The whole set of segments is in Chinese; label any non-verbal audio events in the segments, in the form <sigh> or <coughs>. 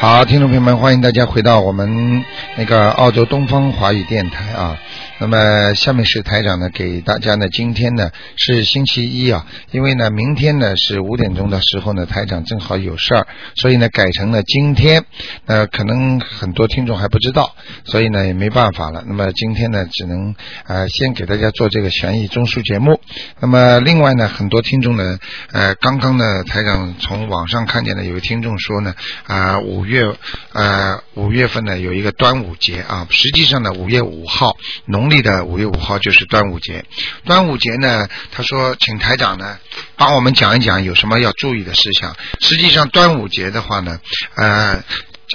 好，听众朋友们，欢迎大家回到我们那个澳洲东方华语电台啊。那么下面是台长呢，给大家呢，今天呢是星期一啊，因为呢明天呢是五点钟的时候呢，台长正好有事儿，所以呢改成了今天。呃，可能很多听众还不知道，所以呢也没办法了。那么今天呢，只能呃先给大家做这个悬疑综述节目。那么另外呢，很多听众呢，呃，刚刚呢台长从网上看见呢，有个听众说呢，啊、五月呃五月份呢有一个端午节啊，实际上呢五月五号，农历的五月五号就是端午节。端午节呢，他说请台长呢帮我们讲一讲有什么要注意的事项。实际上端午节的话呢，呃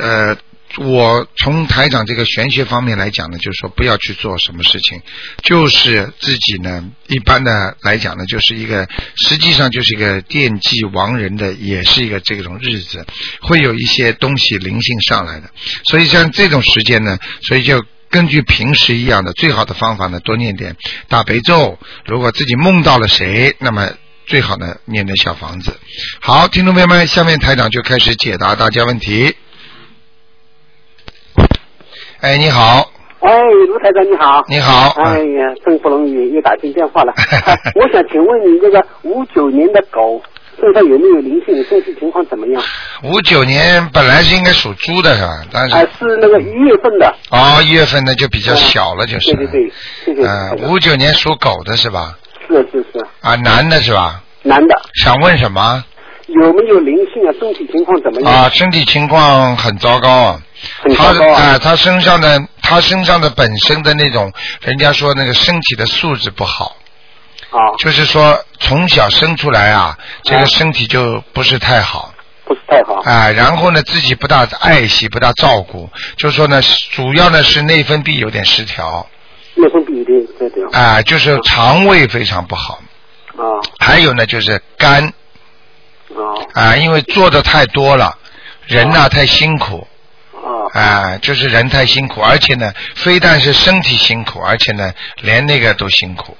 呃。我从台长这个玄学方面来讲呢，就是说不要去做什么事情，就是自己呢，一般的来讲呢，就是一个实际上就是一个惦记亡人的，也是一个这种日子，会有一些东西灵性上来的，所以像这种时间呢，所以就。根据平时一样的，最好的方法呢，多念点大悲咒。如果自己梦到了谁，那么最好呢，念点小房子。好，听众朋友们，下面台长就开始解答大家问题。哎，你好，哎，卢台长你好。你好哎呀，真不容易，又打进电 <laughs> 话了。哎我想请问你，这个五九年的狗身上有没有灵性？身体情况怎么样？五九年本来是应该属猪的是吧？但是哎，是那个一月份的。哦，一月份呢就比较小了，就是。对对对，谢谢。呃，五九年属狗的是吧？是是是，啊，男的是吧？男的想问什么？有没有灵性啊？身体情况怎么样？啊，身体情况很糟糕啊。很他糟糕啊、啊。他身上的他身上的本身的那种，人家说那个身体的素质不好，啊，就是说从小生出来啊，这个啊身体就不是太好。不是太好。啊，然后呢，自己不大爱惜，不大照顾，就说呢，主要呢是内分泌有点失调，内分泌有点不太对啊。啊，就是肠胃非常不好，啊还有呢就是肝，啊啊，因为做的太多了，人呐、太辛苦，啊啊，就是人太辛苦，而且呢，非但是身体辛苦，而且呢，连那个都辛苦。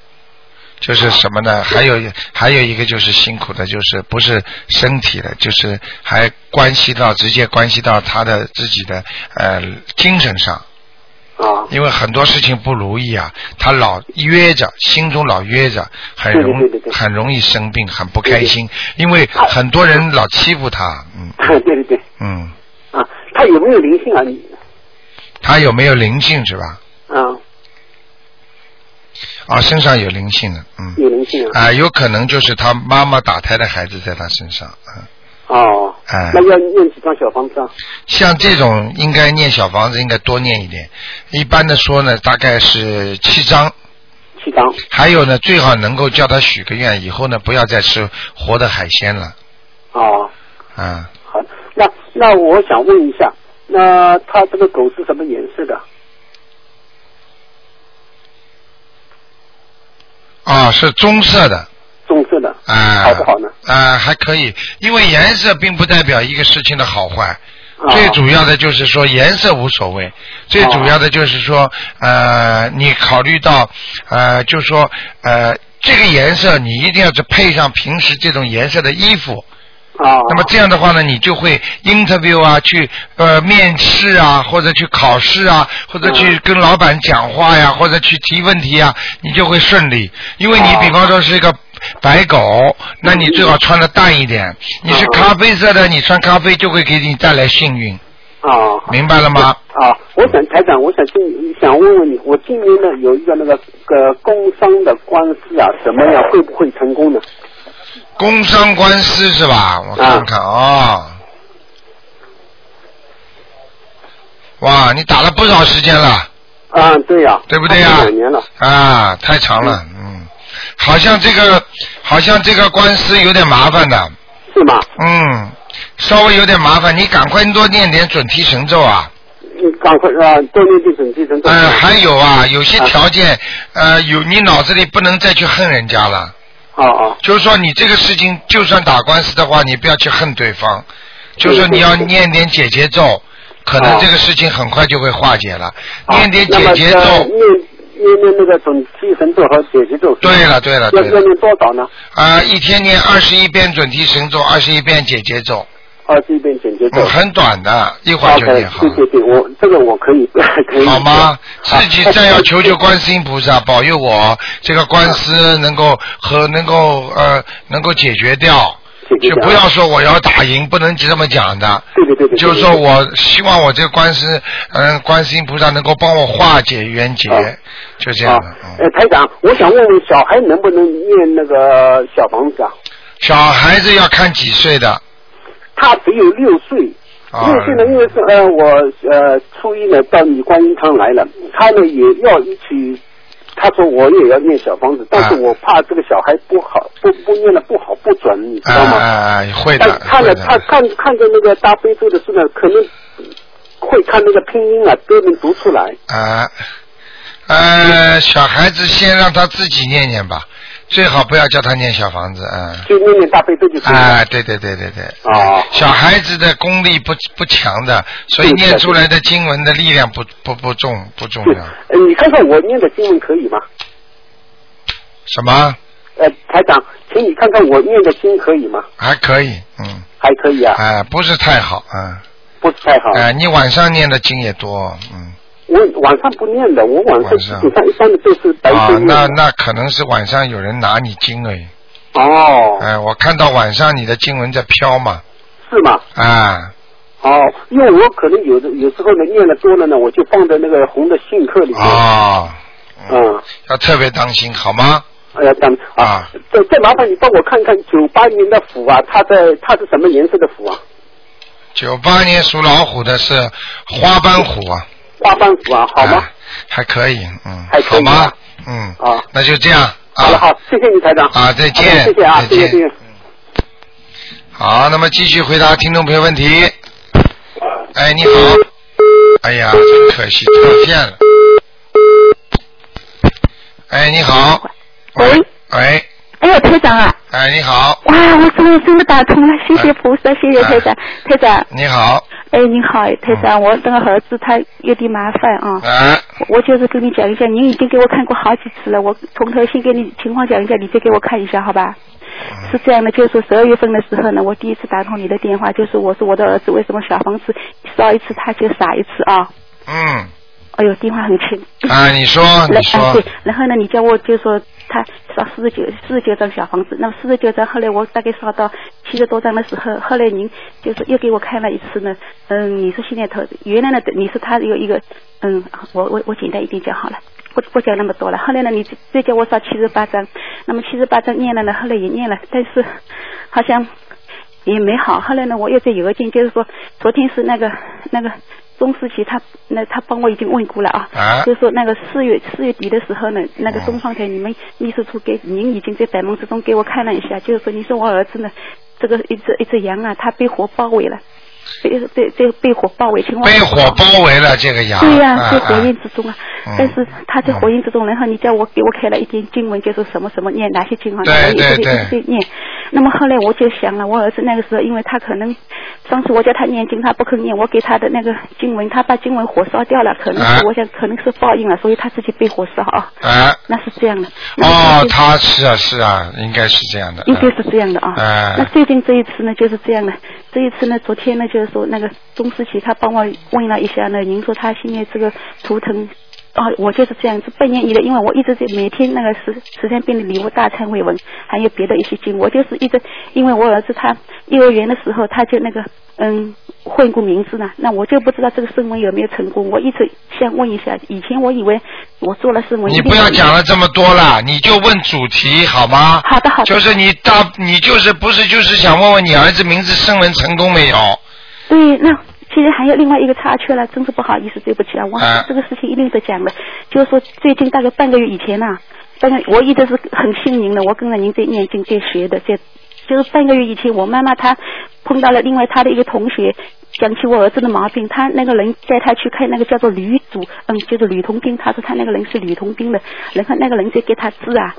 就是什么呢？还有还有一个就是辛苦的，就是不是身体的，就是还关系到直接关系到他的自己的呃精神上。啊！因为很多事情不如意啊，他老约着，心中老约着，很容对对对对对很容易生病，很不开心，因为很多人老欺负他，嗯 <laughs> 对对对嗯，啊，他有没有灵性啊？你他有没有灵性是吧？啊，啊，身上有灵性的，嗯，有灵性啊。啊，有可能就是他妈妈打胎的孩子在他身上，嗯，哦，哎那要念几张小房子啊？像这种应该念小房子，应该多念一点，一般的说呢，大概是七张，七张。还有呢，最好能够叫他许个愿，以后呢不要再吃活的海鲜了，哦，啊。好，那那我想问一下，那它这个狗是什么颜色的？啊，是棕色的，棕色的，啊、好不好呢？啊、还可以，因为颜色并不代表一个事情的好坏，啊、最主要的就是说颜色无所谓，最主要的就是说，呃，你考虑到，呃，就说，呃，这个颜色你一定要是配上平时这种颜色的衣服，啊，那么这样的话呢，你就会 interview 啊，去呃面试啊，或者去考试啊，或者去跟老板讲话呀，或者去提问题啊，你就会顺利。因为你哦比方说是一个白狗，那你最好穿的淡一嗯点。你是咖啡色的，你穿咖啡就会给你带来幸运，啊好明白了吗？啊，我想台长，我想今想问问你，我今年呢有一个那个呃工伤的官司啊，怎么样会不会成功呢？工商官司是吧？我看嗯看啊、哦哇，你打了不少时间了。啊，对呀、对不对呀它是两年了，啊，太长了，嗯，好像这个好像这个官司有点麻烦的，是吗？嗯，稍微有点麻烦，你赶快多念点准提神咒啊。你赶快啊，多念几准提神咒。嗯呃，还有啊，有些条件，呃，有你脑子里不能再去恨人家了，啊啊就是说你这个事情就算打官司的话，你不要去恨对方，就是说你嗯要念点解结咒。可能这个事情很快就会化解了，啊念点解结哦那么咒。呃念念念那个准提神咒和解结咒。对了，对了，要对要了，念多少呢？啊、一天念二十一遍准提神咒，二十一遍解结咒。二十一遍简洁咒嗯，。很短的，一会儿就念好 OK，对对对，我这个我可以 <laughs> 可以。啊哎好吗？自好己再要求求观世音菩萨保佑我这个官司能够和能够呃能够解决掉，解决就掉不要说我要打赢，不能这么讲的。对对对对，就是对说对我希望我这个官司，嗯，观世音菩萨能够帮我化解冤结，啊就这样的。啊嗯呃，台长，我想问问小孩能不能念那个小房子啊？小孩子要看几岁的他只有六岁，啊六岁呢，因为是呃我呃初一呢到你观音堂来了，他呢也要一起，他说我也要念小房子，但是啊我怕这个小孩不好，不不念了不好不准，你知啊道吗？啊啊，会但的，看会了他的。看看着那个大悲咒的书呢，可能会看那个拼音啊，都能读出来。啊，呃，小孩子先让他自己念念吧，最好不要叫他念小房子，嗯。就念念大悲咒就行了。啊，对对对对对。哦小孩子的功力不不强的，所以是的念出来的经文的力量不不不重不重是要。，呃你看看我念的经文可以吗？什么？呃，台长，请你看看我念的经可以吗？还可以，嗯，还可以啊，哎、不是太好，嗯，不是太好。哎、你晚上念的经也多，嗯，我晚上不念的，我晚上晚上基本上一般的都是白啊天，念的。那那可能是晚上有人拿你经哎，哦，哎、我看到晚上你的经文在飘嘛，是吗？啊，哦，因为我可能有的有时候呢念的多了呢，我就放在那个红的信课里面。哦，嗯，要特别当心，好吗？哎呀，咱们啊啊，再再麻烦你帮我看看九八年的符啊，它在它是什么颜色的符啊？九八年属老虎的是花斑虎啊，花瓣符啊，好吗哎？还可以，嗯，还可以好吗啊？嗯，啊，那就这样好了，啊，好，谢谢你台长。啊，再见，好的谢谢啊，再谢见，嗯谢谢谢。好，那么继续回答听众朋友问题。哎，你好。嗯哎呀，真可惜，断线了。哎，你好。喂。喂。哎呦，台长啊！哎，你好。哇，我终于真的打通了，谢谢菩萨，谢谢台长，台长，你好。哎，你好，哎台长，我这个儿子他有点麻烦啊，嗯哎，我我就是跟你讲一下，您已经给我看过好几次了，我从头先给你情况讲一下，你再给我看一下，好吧？是这样的，就是说十二月份的时候呢，我第一次打通你的电话，就是我说我的儿子为什么小房子烧一次他就傻一次啊？嗯，哎呦，电话很轻，啊，你说，然你啊说呃对，，然后呢，你叫我就说他烧四十九四十九张小房子，那么四十九张后来我大概烧到七十多张的时候，后来您就是又给我看了一次呢，嗯，你是现在头原来呢你是他有一个嗯，我我我简单一点讲好了。不不讲那么多了。后来呢，你再叫我烧七十八张，那么七十八张念了呢，后来也念了，但是好像也没好。后来呢，我又在邮件，就是说昨天是那个那个钟思琪，他那他帮我已经问过了啊，啊就说那个四月四月底的时候呢，那个嗯东方台你们秘书处给您已经在百忙之中给我看了一下，就是说你说我儿子呢，这个一只一只羊啊，它被火包围了，被被被被火包围，情况被火包围了这个牙。对哦呀、啊在火焰之中啊嗯，但是他在火焰之中，然后你叫我给我开了一点经文，就是什么什么念哪些经文，对我也对对一直在念。那么后来我就想了，我儿子那个时候，因为他可能上次我叫他念经，他不肯念，我给他的那个经文，他把经文火烧掉了，可能啊是我想可能是报应了，所以他自己被火烧啊，啊啊，那是这样的。那么哦就，他是啊是啊，应该是这样的。嗯应该是这样的啊。哎那最近这一次呢，就是这样的。这一次呢，昨天呢，就是说那个钟思琪她帮我问了一下呢，您说她现在这个图腾。啊，我就是这样子，半年以来，因为我一直在每天那个十十三遍的礼物大忏悔文，还有别的一些经，我就是一直，因为我儿子他幼儿园的时候他就那个嗯换过名字呢，那我就不知道这个声纹有没有成功，我一直想问一下，以前我以为我做了声纹，你不要讲了这么多了，你就问主题好吗？好的好的就是你大，你就是不是就是想问问你儿子名字升文成功没有？对，嗯那其实还有另外一个插曲了，真是不好意思，对不起啊，我啊这个事情一定得讲的，就是说最近大概半个月以前呐、半个我一直是很信您的，我跟着您在念经在学的，在就是半个月以前，我妈妈她碰到了另外她的一个同学。讲起我儿子的毛病，他那个人带他去看那个叫做吕祖，嗯，就是吕洞宾。他说他那个人是吕洞宾的，然后那个人就给他治啊，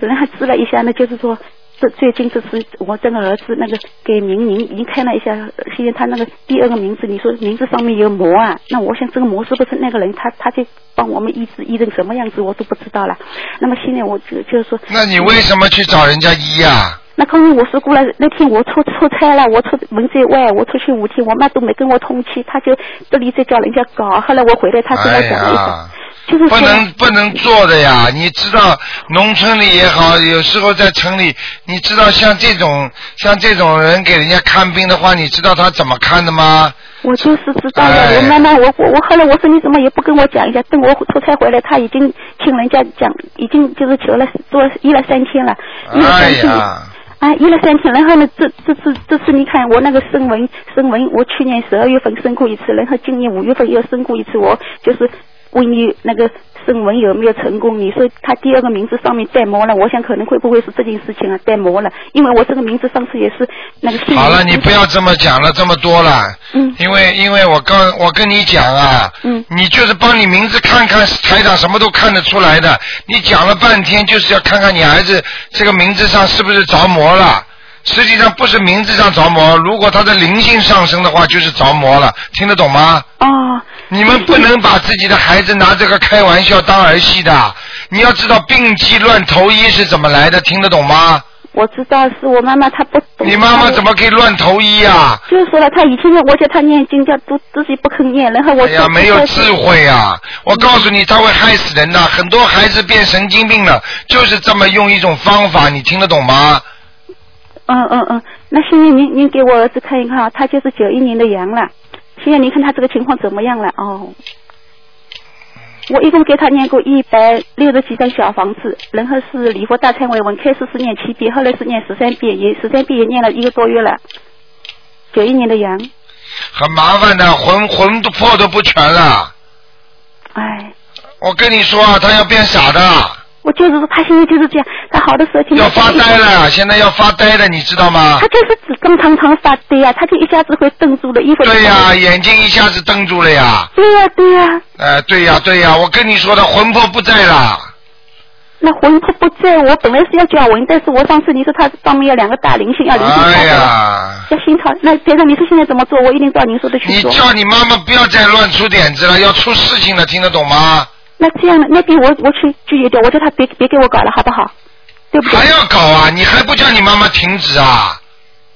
然后他治了一下呢，就是说这最近这次我这个儿子那个给明明已经看了一下，现在他那个第二个名字，你说名字上面有魔啊？那我想这个魔是不是那个人他他在帮我们医治医成什么样子，我都不知道了。那么现在我就就是说，那你为什么去找人家医呀、啊那那可是我是过来那天我出出差了，我出门在外，我出去五天，我妈都没跟我通气，她就这里在叫人家搞。后来我回来，她跟我哎讲了一声呀，，就是不这样能不能做的呀！你知道，农村里也好，有时候在城里，你知道像这种像这种人给人家看病的话，你知道他怎么看的吗？我就是知道哎了，我妈妈，我我我后来我说你怎么也不跟我讲一下？等我出差回来，她已经请人家讲，已经就是求了多医了三天了，医了哎三天。呀，啊，医了三天，然后呢，这这次这次你看我那个生纹生纹，我去年十二月份生过一次，然后今年五月份又生过一次，我就是问你那个生纹有没有成功？你说他第二个名字上面带魔了，我想可能会不会是这件事情啊带魔了？因为我这个名字上次也是那个姓 <laughs> 名好了，你不要这么讲了，这么多了。嗯因为因为我刚我跟你讲啊，嗯你就是帮你名字看看台长什么都看得出来的，你讲了半天就是要看看你儿子这个名字上是不是着魔了。实际上不是名字上着魔，如果他的灵性上升的话，就是着魔了，听得懂吗？哦你们不能把自己的孩子拿这个开玩笑当儿戏的，你要知道病急乱投医是怎么来的，听得懂吗？我知道是我妈妈她不懂。你妈妈怎么可以乱投医啊？就是说了，她以前我叫她念经，叫都自己不肯念，然后我哎呀，没有智慧啊！嗯我告诉你，他会害死人的。很多孩子变神经病了，就是这么用一种方法，你听得懂吗？嗯嗯嗯，那现在您您给我儿子看一看啊，他就是九一年的羊了，现在您看他这个情况怎么样了？哦，我一共给他念过一百六十几张小房子，然后是礼佛大忏悔文，开始是念七遍，后来是念十三遍，也十三遍也念了一个多月了。九一年的羊，很麻烦的，魂魂都魄都不全了。哎，我跟你说啊，他要变傻的，我就是说他现在就是这样，他好的时候听要发呆了，现在要发呆了，你知道吗他？就是只正常常发呆呀、他就一下子会瞪住了，衣服对呀、眼睛一下子瞪住了呀。对呀、对呀、哎，对呀、对呀、我跟你说的，魂魄不在了。那魂魄不在，我本来是要叫魂，但是我上次你说他上面有两个大灵性，要灵性操哎作，呀，要心操。那先生，你说现在怎么做？我一定照您说的去你做。叫你妈妈不要再乱出点子了，要出事情了，听得懂吗？那这样的，那边我我去拒绝掉，我叫他别别给我搞了，好不好？对不对还？要搞啊？你还不叫你妈妈停止啊？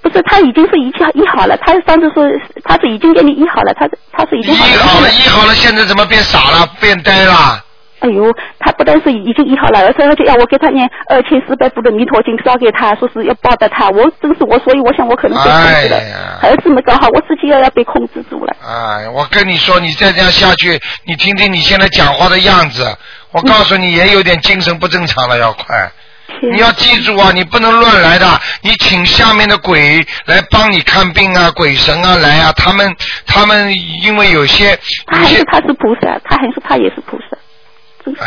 不是，他已经是医好医好了，他上次说他是已经给你医好了，他他是已医经好好了，医好了，现在怎么变傻了，变呆了？哎呦，他不但是已经医好了，而且而且要我给他念二千四百部的弥陀经烧给他，说是要报答他。我真是我，所以我想我可能被控制了哎呀，儿子没搞好，我自己要要被控制住了。哎，我跟你说，你再这样下去，你听听你现在讲话的样子，我告诉你也有点精神不正常了，要快。天你要记住啊，你不能乱来的，你请下面的鬼来帮你看病啊，鬼神啊来啊，他们他们因为有些他有还些是他是菩萨，他还是他也是菩萨。真是 <laughs> 唉，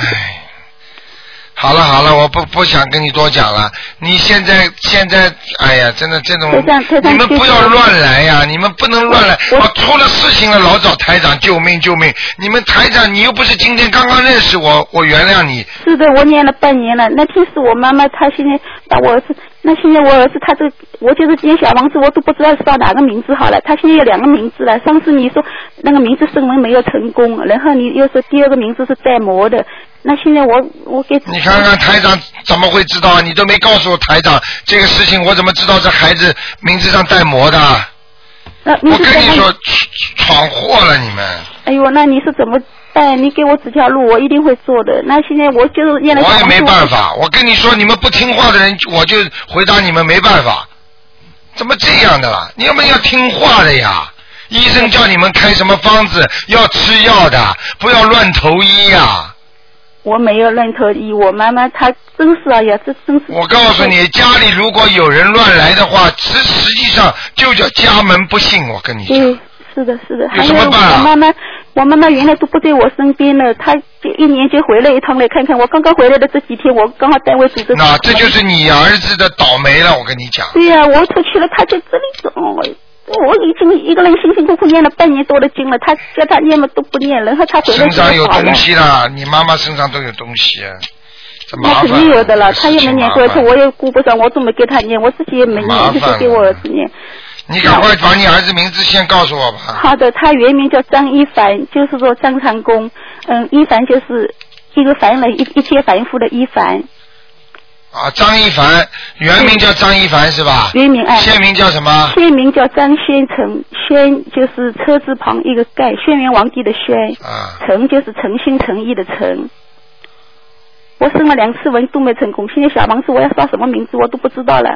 好了好了，我不不想跟你多讲了。你现在现在，哎呀，真的这种台长台，长你们不要乱来呀、你们不能乱来。我我出了事情了，老找台长救命救命！你们台长，你又不是今天刚刚认识我，我原谅你。是的，我念了半年了。那天是我妈妈，她现在把我儿子，那现在我儿子他这，我就是今天小王子，我都不知道叫哪个名字好了。他现在有两个名字了。上次你说那个名字声纹没有成功，然后你又说第二个名字是带魔的。那现在我我给你看看台长怎么会知道啊？你都没告诉我台长这个事情，我怎么知道这孩子名字上带魔的啊？那你我是跟带你魔说，闯闯祸了你们。哎呦，那你是怎么办？你给我指条路，我一定会做的。那现在我就是念了小我王也子，没办法，我跟你说，你们不听话的人，我就回答你们没办法。怎么这样的啦？你们要听话的呀！医生叫你们开什么方子，要吃药的，不要乱投医呀、我没有乱投医，我妈妈她真是哎呀，这真是。我告诉你，家里如果有人乱来的话，实实际上就叫家门不幸。我跟你讲，对，嗯是的，是的。嗯有还什有么我办啊妈妈，我妈妈原来都不在我身边了，她就一年就回来一趟来看看我。刚刚回来的这几天，我刚好单位组织。那这就是你儿子的倒霉了。我跟你讲，对呀、我出去了，她在这里走。我已经一个人辛辛苦苦念了半年多的经了，她叫她念嘛都不念，然后她回来身就上有好了东。西了，你妈妈身上都有东西，这麻那烦。肯定有的了，她也没念这过，而事且情麻烦我也顾不上，我都没给她念，我自己也没麻烦念，就是给我儿子念。你赶快把你儿子名字先告诉我吧。好的，他原名叫张一凡，就是说张长工，嗯，一凡就是一个凡人，一一切凡夫的一凡，啊，张一凡，原名叫张一凡是吧？原名哎现名叫什么？轩名叫张宣成，轩就是车字旁一个盖，轩辕王帝的轩，啊，诚就是诚心诚意的诚。我生了两次文都没成功，现在小房子我要烧什么名字我都不知道了。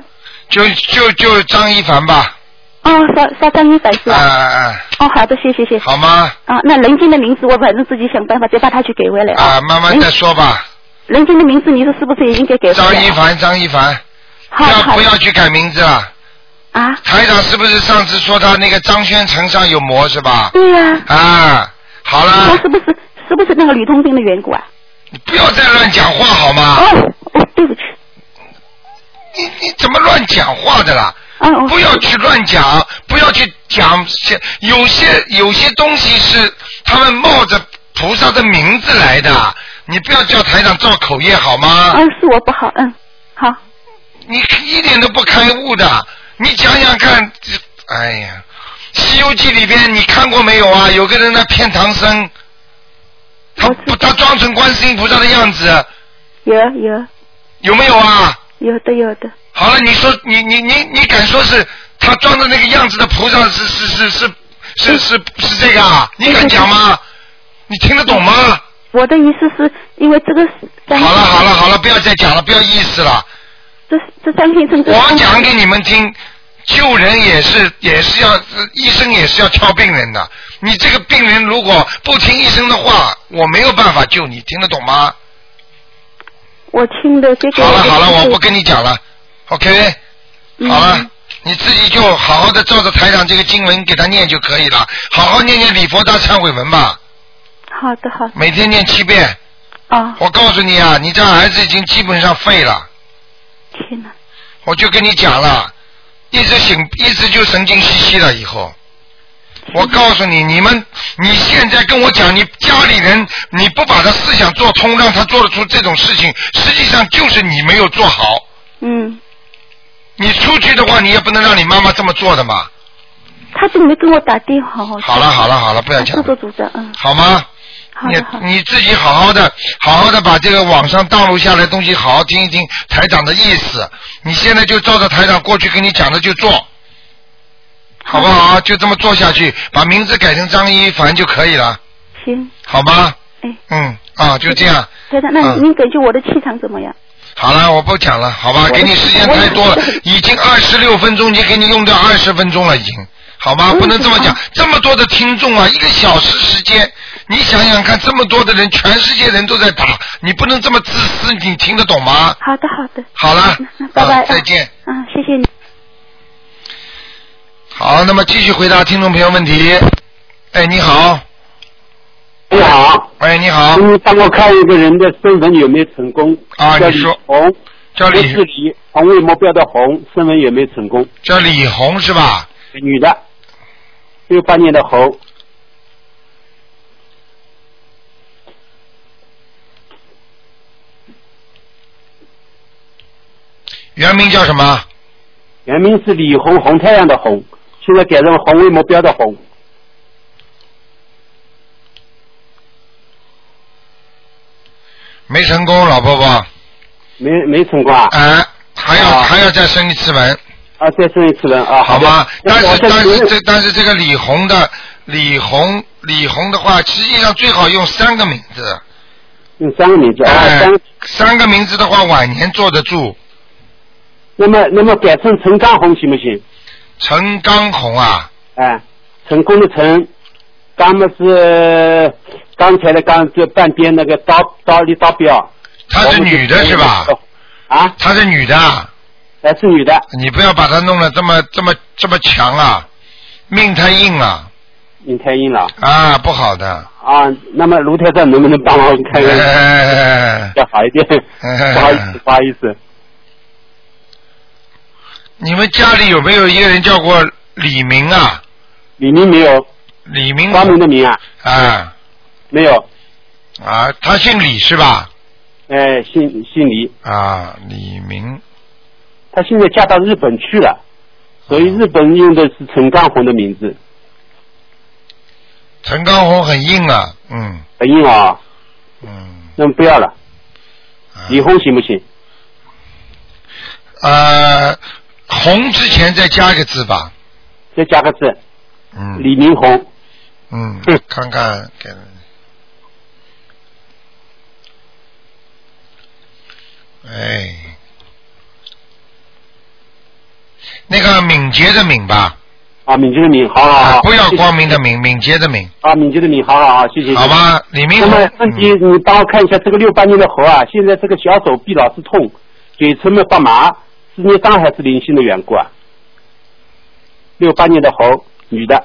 就就就张一凡吧。哦，烧烧张一凡是啊吧？啊，哦，好的，谢谢谢啊谢。好吗？啊，那人间的名字我反正自己想办法再把它去给回来啊，慢慢再人说吧。人间的名字你说是不是已经给给回来张了？一凡，张一凡，哎好要好不要去改名字了？啊？台长是不是上次说他那个张宣成上有魔是吧？对呀、啊，好我了是，不是是不是那个吕洞宾的缘故啊？你不要再乱讲话好吗？哦，哦，对不起，你你怎么乱讲话的啦？啊哦，不要去乱讲，不要去讲些有些有些东西是他们冒着菩萨的名字来的，你不要叫台长造口业好吗？嗯，是我不好，嗯，好，你一点都不开悟的，你想想看，这哎呀，《西游记》里边你看过没有啊？有个人在骗唐僧，他我知不他装成观世音菩萨的样子，有有有没有啊？有的有的，好了，你说你你你你敢说是他装的那个样子的菩萨是是是是是是是这个啊？你敢讲吗？你听得懂吗？我的意思是因为这个是好张了好了好了，不要再讲了，不要意思了。这这张先生这 <laughs> 我讲给你们听，救人也是也是要医生也是要挑病人的。你这个病人如果不听医生的话，我没有办法救你，听得懂吗？我听的结果好了好了，我不跟跟你讲了，OK。嗯好了，你自己就好好的照着台长这个经文给他念就可以了，好好念念礼佛大忏悔文吧，好的好的每天念七遍。啊、我告诉你啊，你这儿子已经基本上废了，天哪，我就跟你讲了，一直醒，一直就神经兮兮了。以后，我告诉你，你们你现在跟我讲，你家里人你不把他思想做通，让他做得出这种事情，实际上就是你没有做好。嗯，你出去的话，你也不能让你妈妈这么做的嘛。他就没跟我打电话哦，好了好了好了，不要他讲自了作，主张，嗯，好吗？好的好的你你自己好好的，好好的把这个网上道路下来的东西好好听一听台长的意思。你现在就照着台长过去跟你讲的就做，好不好？就这么做下去，把名字改成张一凡就可以了，行，好吗？哎，嗯，啊，就这样。台长，那嗯您感觉我的气场怎么样？好了，我不讲了，好吧？我给你时间太多了，已经二十六分钟，已经给你用掉二十分钟了，已经，好吗？嗯不能这么讲好，这么多的听众啊，一个小时时间，你想想看，这么多的人，全世界人都在打，你不能这么自私，你听得懂吗？好的好的，好了那那，拜拜啊，再见。啊，谢谢你。好，那么继续回答听众朋友问题。哎，你好，你好，喂，你好，你帮我看一个人的身份有没有成功？啊叫你说李红，叫不李是李，红卫目标的红，身份有没有成功？叫李红是吧？女的，六八年的猴，原名叫什么？原名是李红，红太阳的红，现在改成红卫目标的红。没成功，老婆婆，没没成功啊！哎，还要啊还要再生一次文。啊，再生一次人啊，好的吗？但那我是再但请是问这但是这个李红的李红李红的话，实际上最好用三个名字，用三个名字啊，哎啊三个，三个名字的话晚年坐得住。那么那么改成陈刚红行不行？陈刚红啊，哎，成功的成，刚嘛是刚才的刚，就半边那个刀刀立刀标。她是女的是吧？啊，她是女的啊，哎，是女的，你不要把她弄得这么这么这么强啊，命太硬了尹太英了啊，不好的。啊。那么卢台长能不能帮我看看哎比较好一点？哎不好意思，不好意思，你们家里有没有一个人叫过李明啊？李明没有，李明光明的明啊，啊没有，啊，他姓李是吧？哎，姓姓李。啊，李明，她现在嫁到日本去了，啊所以日本用的是陈刚红的名字，陈刚红很硬啊，嗯很硬啊，嗯，那么不要了，啊李红行不行？呃，红之前再加一个字吧。再加个字，嗯李明红，嗯嗯，看看给了。哎，那个敏捷的敏吧，啊，敏捷的敏，好好好，不要谢谢光明的明，敏捷的敏，啊，敏捷的敏，好好好，谢谢。谢谢好？吧？李明那么红，问题，嗯你帮我看一下这个六八年的猴啊，现在这个小手臂老是痛，嘴唇呢发麻，是因为伤害是灵性的缘故啊。六八年的猴，女的，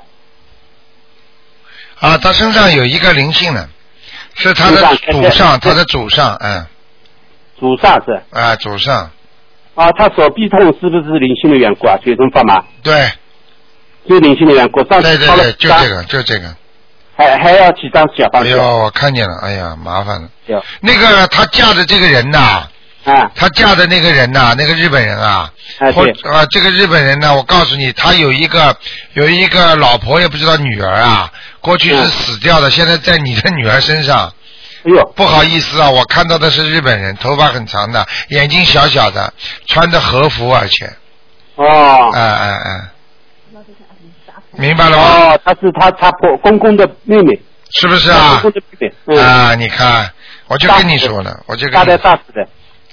啊，他身上有一个灵性呢，是他身的上祖上，对他的祖上，嗯，祖上是啊，祖上，啊，她手臂痛是不是灵性的缘故啊？嘴唇发麻，对，就是灵性的缘故。上对次对烧了啊对，几就张这，个，就这个。还还要几张小房哎子？呦，我看见了，哎呀，麻烦了。哎呦，那个他嫁的这个人呐、啊，他嫁的那个人呐、那个日本人啊，哎或对，啊，这个日本人呢，我告诉你，他有一个有一个老婆，也不知道女儿啊，过去是嗯死掉的，现在在你的女儿身上。哎呦，不好意思啊，我看到的是日本人，头发很长的，眼睛小小的，穿的和服，而且，哦。哎哎哎，明白了吗？哦，她是她她婆公公的妹妹，是不是她啊公？公的妹妹，嗯，啊，你看，我就跟你说了，我就跟大你的大死的，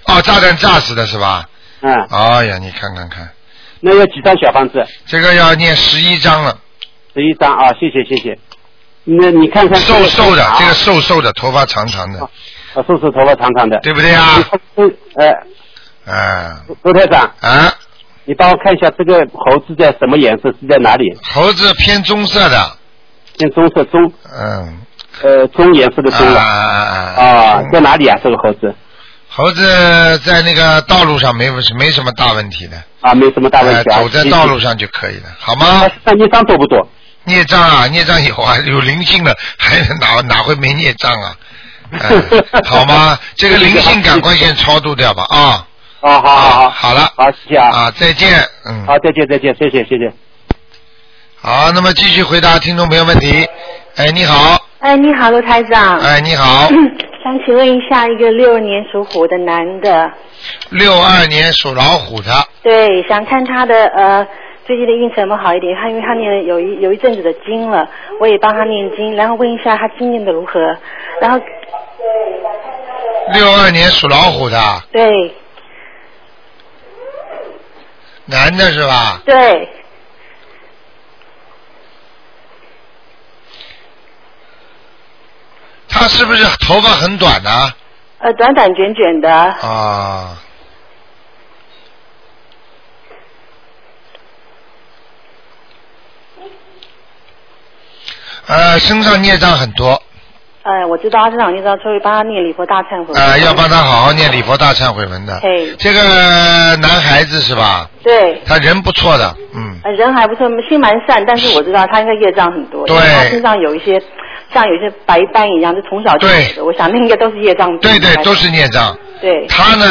哦，炸弹炸死的是吧？嗯，哎呀，你看看看，那要几张小房子？这个要念十一章了，十一张啊，谢谢谢谢。那你看看瘦瘦的，这个啊瘦瘦的，头发长长的啊，啊瘦瘦头发长长的，对不对啊你看嗯呃，啊罗台长，啊，你帮我看一下这个猴子在什么颜色？是在哪里？猴子偏棕色的，偏棕色棕嗯，呃棕颜色的啊棕啊了啊啊，在嗯哪里啊？这个猴子猴子在那个道路上没没什么大问题的，啊，没什么大问呃题啊。走在谢谢道路。上就可以了，好吗那？那一张多不多？孽障啊，孽障有啊，有灵性的， <laughs> 还哪哪会没孽障啊？嗯好 <laughs> 吗？这个灵性赶快先超度掉吧啊！啊，好好好，好了好，谢谢啊，啊，再见，嗯。好，再见再见，谢谢谢谢。好，那么继续回答听众朋友问题。哎，你好，哎，你好，罗台嗯长。哎，你 <coughs> 好， <coughs> 想请问一下，一个六二年属虎的男的，六二年属老虎的，对，想看他的呃最近的运程有没有好一点？他因为他念了有一有一阵子的经了，我也帮他念经，然后问一下他经念的如何。然后六二年属老虎的，对男的是吧？对，他是不是头发很短啊呢、呃短短卷卷的啊？，呃，身上孽障很多，呃我知道他这场念到，所以帮他念礼佛大忏悔。呃，要帮他好好念礼佛大忏悔文的。嗯嘿这个男孩子是吧？对。他人不错的，嗯，呃人还不错，心蛮善，但是我知道他应该业障很多，对因为他身上有一些像有一些白斑一样，就从小就对有的。我想那应该都是业障病。对对应，该都是孽障。对，他呢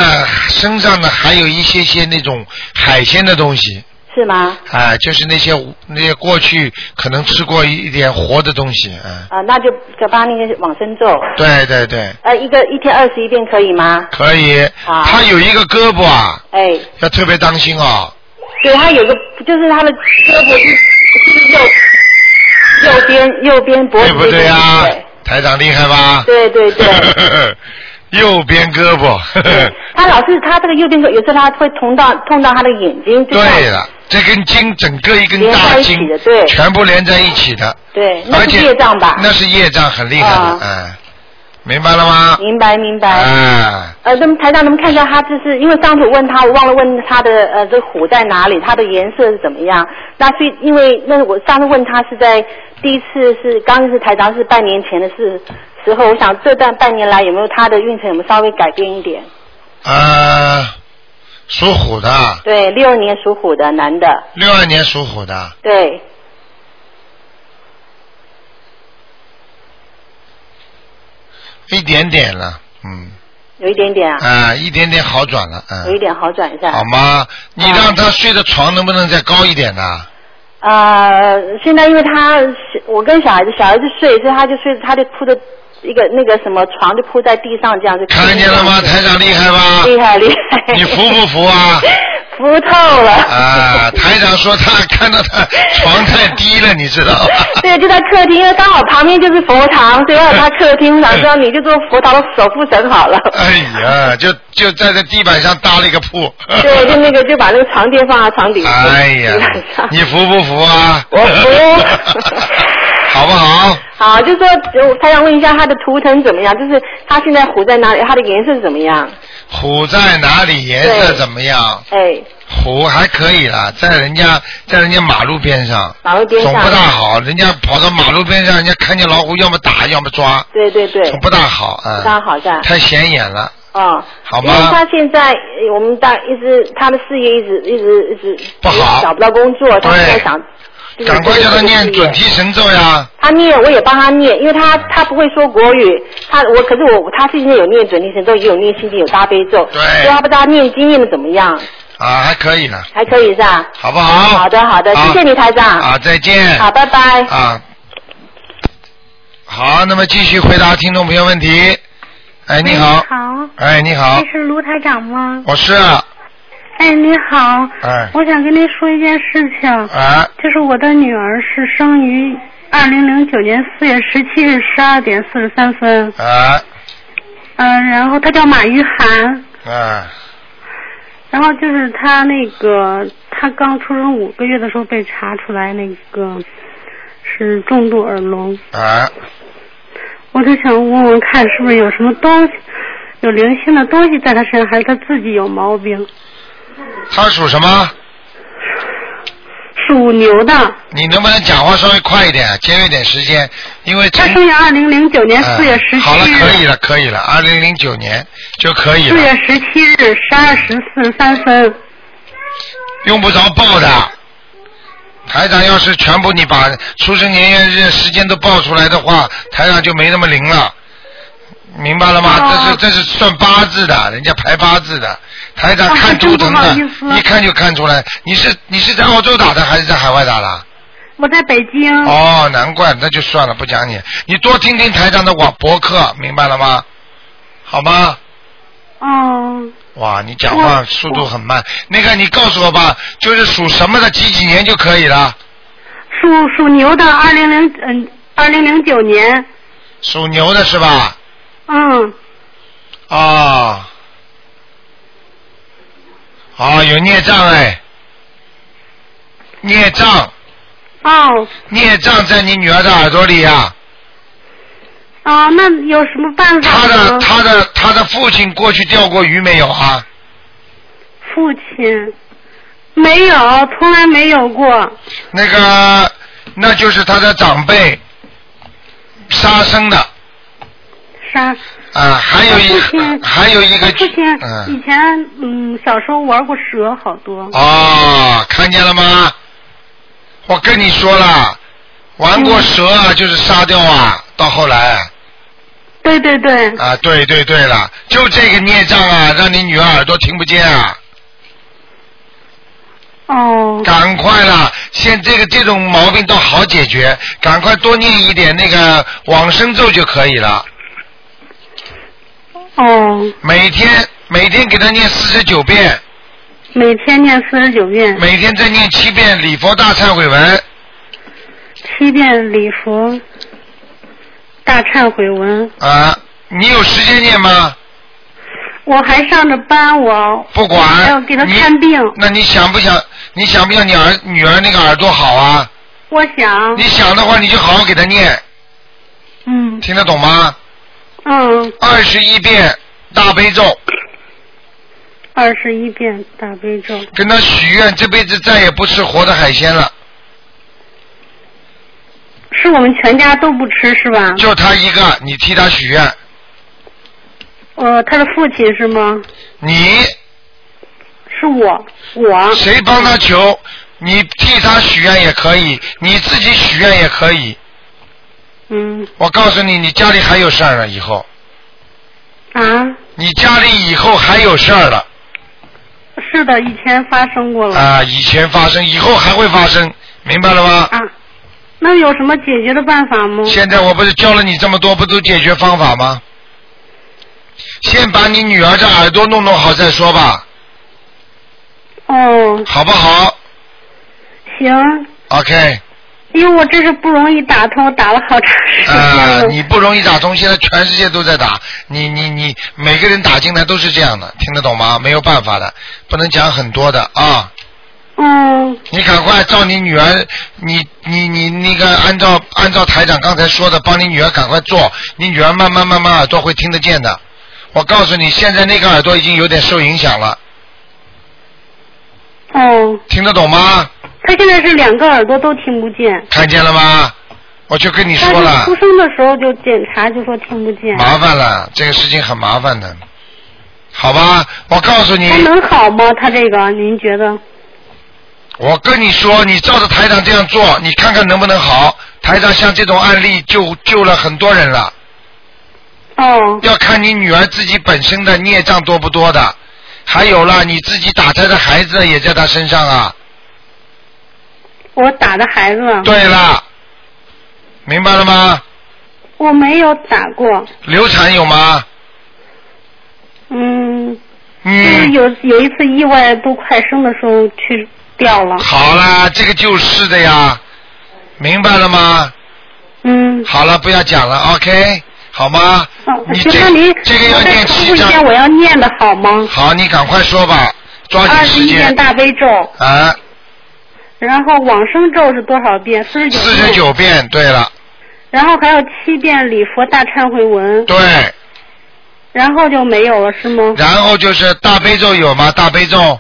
身上呢还有一些些那种海鲜的东西，是吗？啊、就是那些那些过去可能吃过一点活的东西，嗯、啊、那就再帮那个往生咒，对对对，呃，一个一天二十一遍可以吗？可以。好他有一个胳膊啊，哎，要特别当心哦，对，他有个就是他的胳膊就是右右边右边脖子对不对啊对？台长厉害吧？对对对。 <laughs> 右边胳膊。对他老是他这个右边手，有时候他会痛到痛到他的眼睛，就 <laughs> 像对了，这根筋整个一根连大在一筋起的，对全部连在一起的，对，那而是且业障吧？那是业障，很厉害的啊，嗯，明白了吗？明白明白。哎，呃，那么台长，能不能看一下他，就是因为上次我问他，我忘了问他的呃，这个虎在哪里，它的颜色是怎么样？那所以因为那我上次问他是在第一次是刚认识台长是半年前的事时候，我想这段半年来有没有他的运程有没有稍微改变一点？呃，属虎的，对，六二年属虎的男的，六二年属虎的，对，一点点了，嗯，有一点点啊，啊、一点点好转了，嗯，有一点好转一下。好吗？你让他睡的床能不能再高一点呢？呃，现在因为他，我跟小孩子，小孩子睡，所以他就睡，他就铺的一个那个什么床就铺在地上这样子。看见了吗？台长厉害吧？厉害厉害。 <laughs> 你服不服啊？不透了。 <laughs> 啊，台长说他看到他床太低 <laughs> 了，你知道吧？对，就在客厅，因为刚好旁边就是佛堂，所以我他客厅，想说你就做佛堂的守护 <laughs> 神好了。哎呀，就就在这地板上搭了一个铺。对，就那个就把那个床垫放在床底下。哎 <laughs> 呀，你服不服啊？我服 <laughs> <laughs> 好不好？好，就说呃他想问一下他的图腾怎么样，就是他现在糊在哪里，他的颜色怎么样？虎在哪里？颜色怎么样？哎，虎还可以啦，在人家在人家马路边上，马路边总上。不大好。人家跑到马路边上，人家看见老虎，要么打，要么抓，对对对，总不大好啊。非常好的。太显眼了，哦，好因为吗他？现在呃我们大一直他的事业一直一直一直不好找不到工作，他对现在想就是赶快叫他这念个事业准提神咒呀！他念，我也帮他念，因为他他不会说国语，他我可是我他最近有念准提神咒，也有念心经，有大悲咒，对所以他不知道念经念的怎么样，啊，还可以了，还可以是吧？好不好？好的好的，啊谢谢你台长，啊，再见。好，拜拜。啊，好，那么继续回答听众朋友问题。哎，你好喂，好，哎，你好这，是卢台长吗？我是，啊哎，你好，哎，我想跟您说一件事情，哎，就是我的女儿是生于二零零九年四月十七日十二点四十三分，哎，嗯、然后她叫马玉涵，哎，然后就是她那个她刚出生五个月的时候被查出来那个是重度耳聋，哎，我就想问问看是不是有什么东西，有灵性的东西在她身上，还是她自己有毛病？他属什么？属牛的。你能不能讲话稍微快一点，啊节约点时间？因为他从生于二零零九年哎四月十七日，好了，可以了，可以了，二零零九年就可以四了，月十七日十二时四十三分。用不着报的。台长要是全部你把出生年月日时间都报出来的话，台长就没那么灵了，明白了吗？哦这是这是算八字的，人家排八字的。台长哦看图腾真的，不好意思啊一看就看出来。你是你是在澳洲打的还是在海外打的？我在北京。哦，难怪，那就算了，不讲你。你多听听台长的网博客，明白了吗？好吗？哦，哇，你讲话我速度很慢。那个，你告诉我吧，就是属什么的，几几年就可以了。属属牛的，二零零嗯，二零零九年，属牛的是吧？嗯，啊、哦，有孽障哎，孽障，哦，孽障在你女儿的耳朵里啊呀、哦，那有什么办法她的呢？她的她的父亲过去钓过鱼没有啊？父亲没有，从来没有过。那个，那就是他的长辈杀生的啥？啊，还有我父一亲还有一个我父亲以嗯前嗯小时候玩过蛇，好多。哦，看见了吗？我跟你说了，玩过嗯蛇啊，就是杀掉啊，到后来对对对，啊，对对对了，就这个孽障啊，让你女儿耳朵听不见啊，哦。赶快啦！现这个这种毛病都好解决，赶快多念一点那个往生咒就可以了。哦，每天每天给他念四十九遍，每天念四十九遍，每天再念七遍礼佛大忏悔文，七遍礼佛大忏悔文。啊，你有时间念吗？我还上着班，我不管，还要给他你看病。那你想不想？你想不想你儿女儿那个耳朵好啊？我想你，想的话，你就好好给她念，嗯听得懂吗？嗯，二十一遍大悲咒，二十一遍大悲咒。跟她许愿，这辈子再也不吃活的海鲜了，是我们全家都不吃是吧？就她一个，你替她许愿，呃，他的父亲是吗？你是我，我谁帮她求，你替她许愿也可以，你自己许愿也可以。嗯我告诉你，你家里还有事儿呢，以后。啊，你家里以后还有事儿了是的，以前发生过了啊、以前发生，以后还会发生，明白了吗？啊。那有什么解决的办法吗？现在我不是教了你这么多，不都解决方法吗？先把你女儿这耳朵弄弄好再说吧。哦，好不好行， ？OK，因为我这是不容易打通，打了好长时间了。呃，你不容易打通，现在全世界都在打，你你你，每个人打进来都是这样的，听得懂吗？没有办法的，不能讲很多的啊。嗯你赶快照你女儿，你你你那个按照按照台长刚才说的，帮你女儿赶快做，你女儿慢慢慢慢耳朵会听得见的。我告诉你，现在那个耳朵已经有点受影响了，哦，听得懂吗？他现在是两个耳朵都听不见。看见了吗？我就跟你说但了是出，生的时候就检查就说听不见，麻烦了，这个事情很麻烦的，好吧？我告诉你，他能好吗？他这个您觉得？我跟你说，你照着台长这样做，你看看能不能好。台长像这种案例救救了很多人了，哦要看你女儿自己本身的孽障多不多的，还有啦，你自己打胎的孩子也在她身上啊。我打的孩子，对啦，明白了吗？我没有打过，流产有吗？嗯，就是嗯，有有一次意外都快生的时候去掉了，好啦，这个就是的呀，明白了吗？嗯，好了，不要讲了，OK，好吗？哦你就那您嗯这这个要我再念重七复一遍章，我要念的好吗？好，你赶快说吧，抓二紧十时一遍间。哦大悲咒，啊，然后往生咒是多少遍？四十九。四十。九遍，对了，然后还有七遍礼佛大忏悔文，对，然后就没有了是吗？然后就是大悲咒有吗？大悲咒。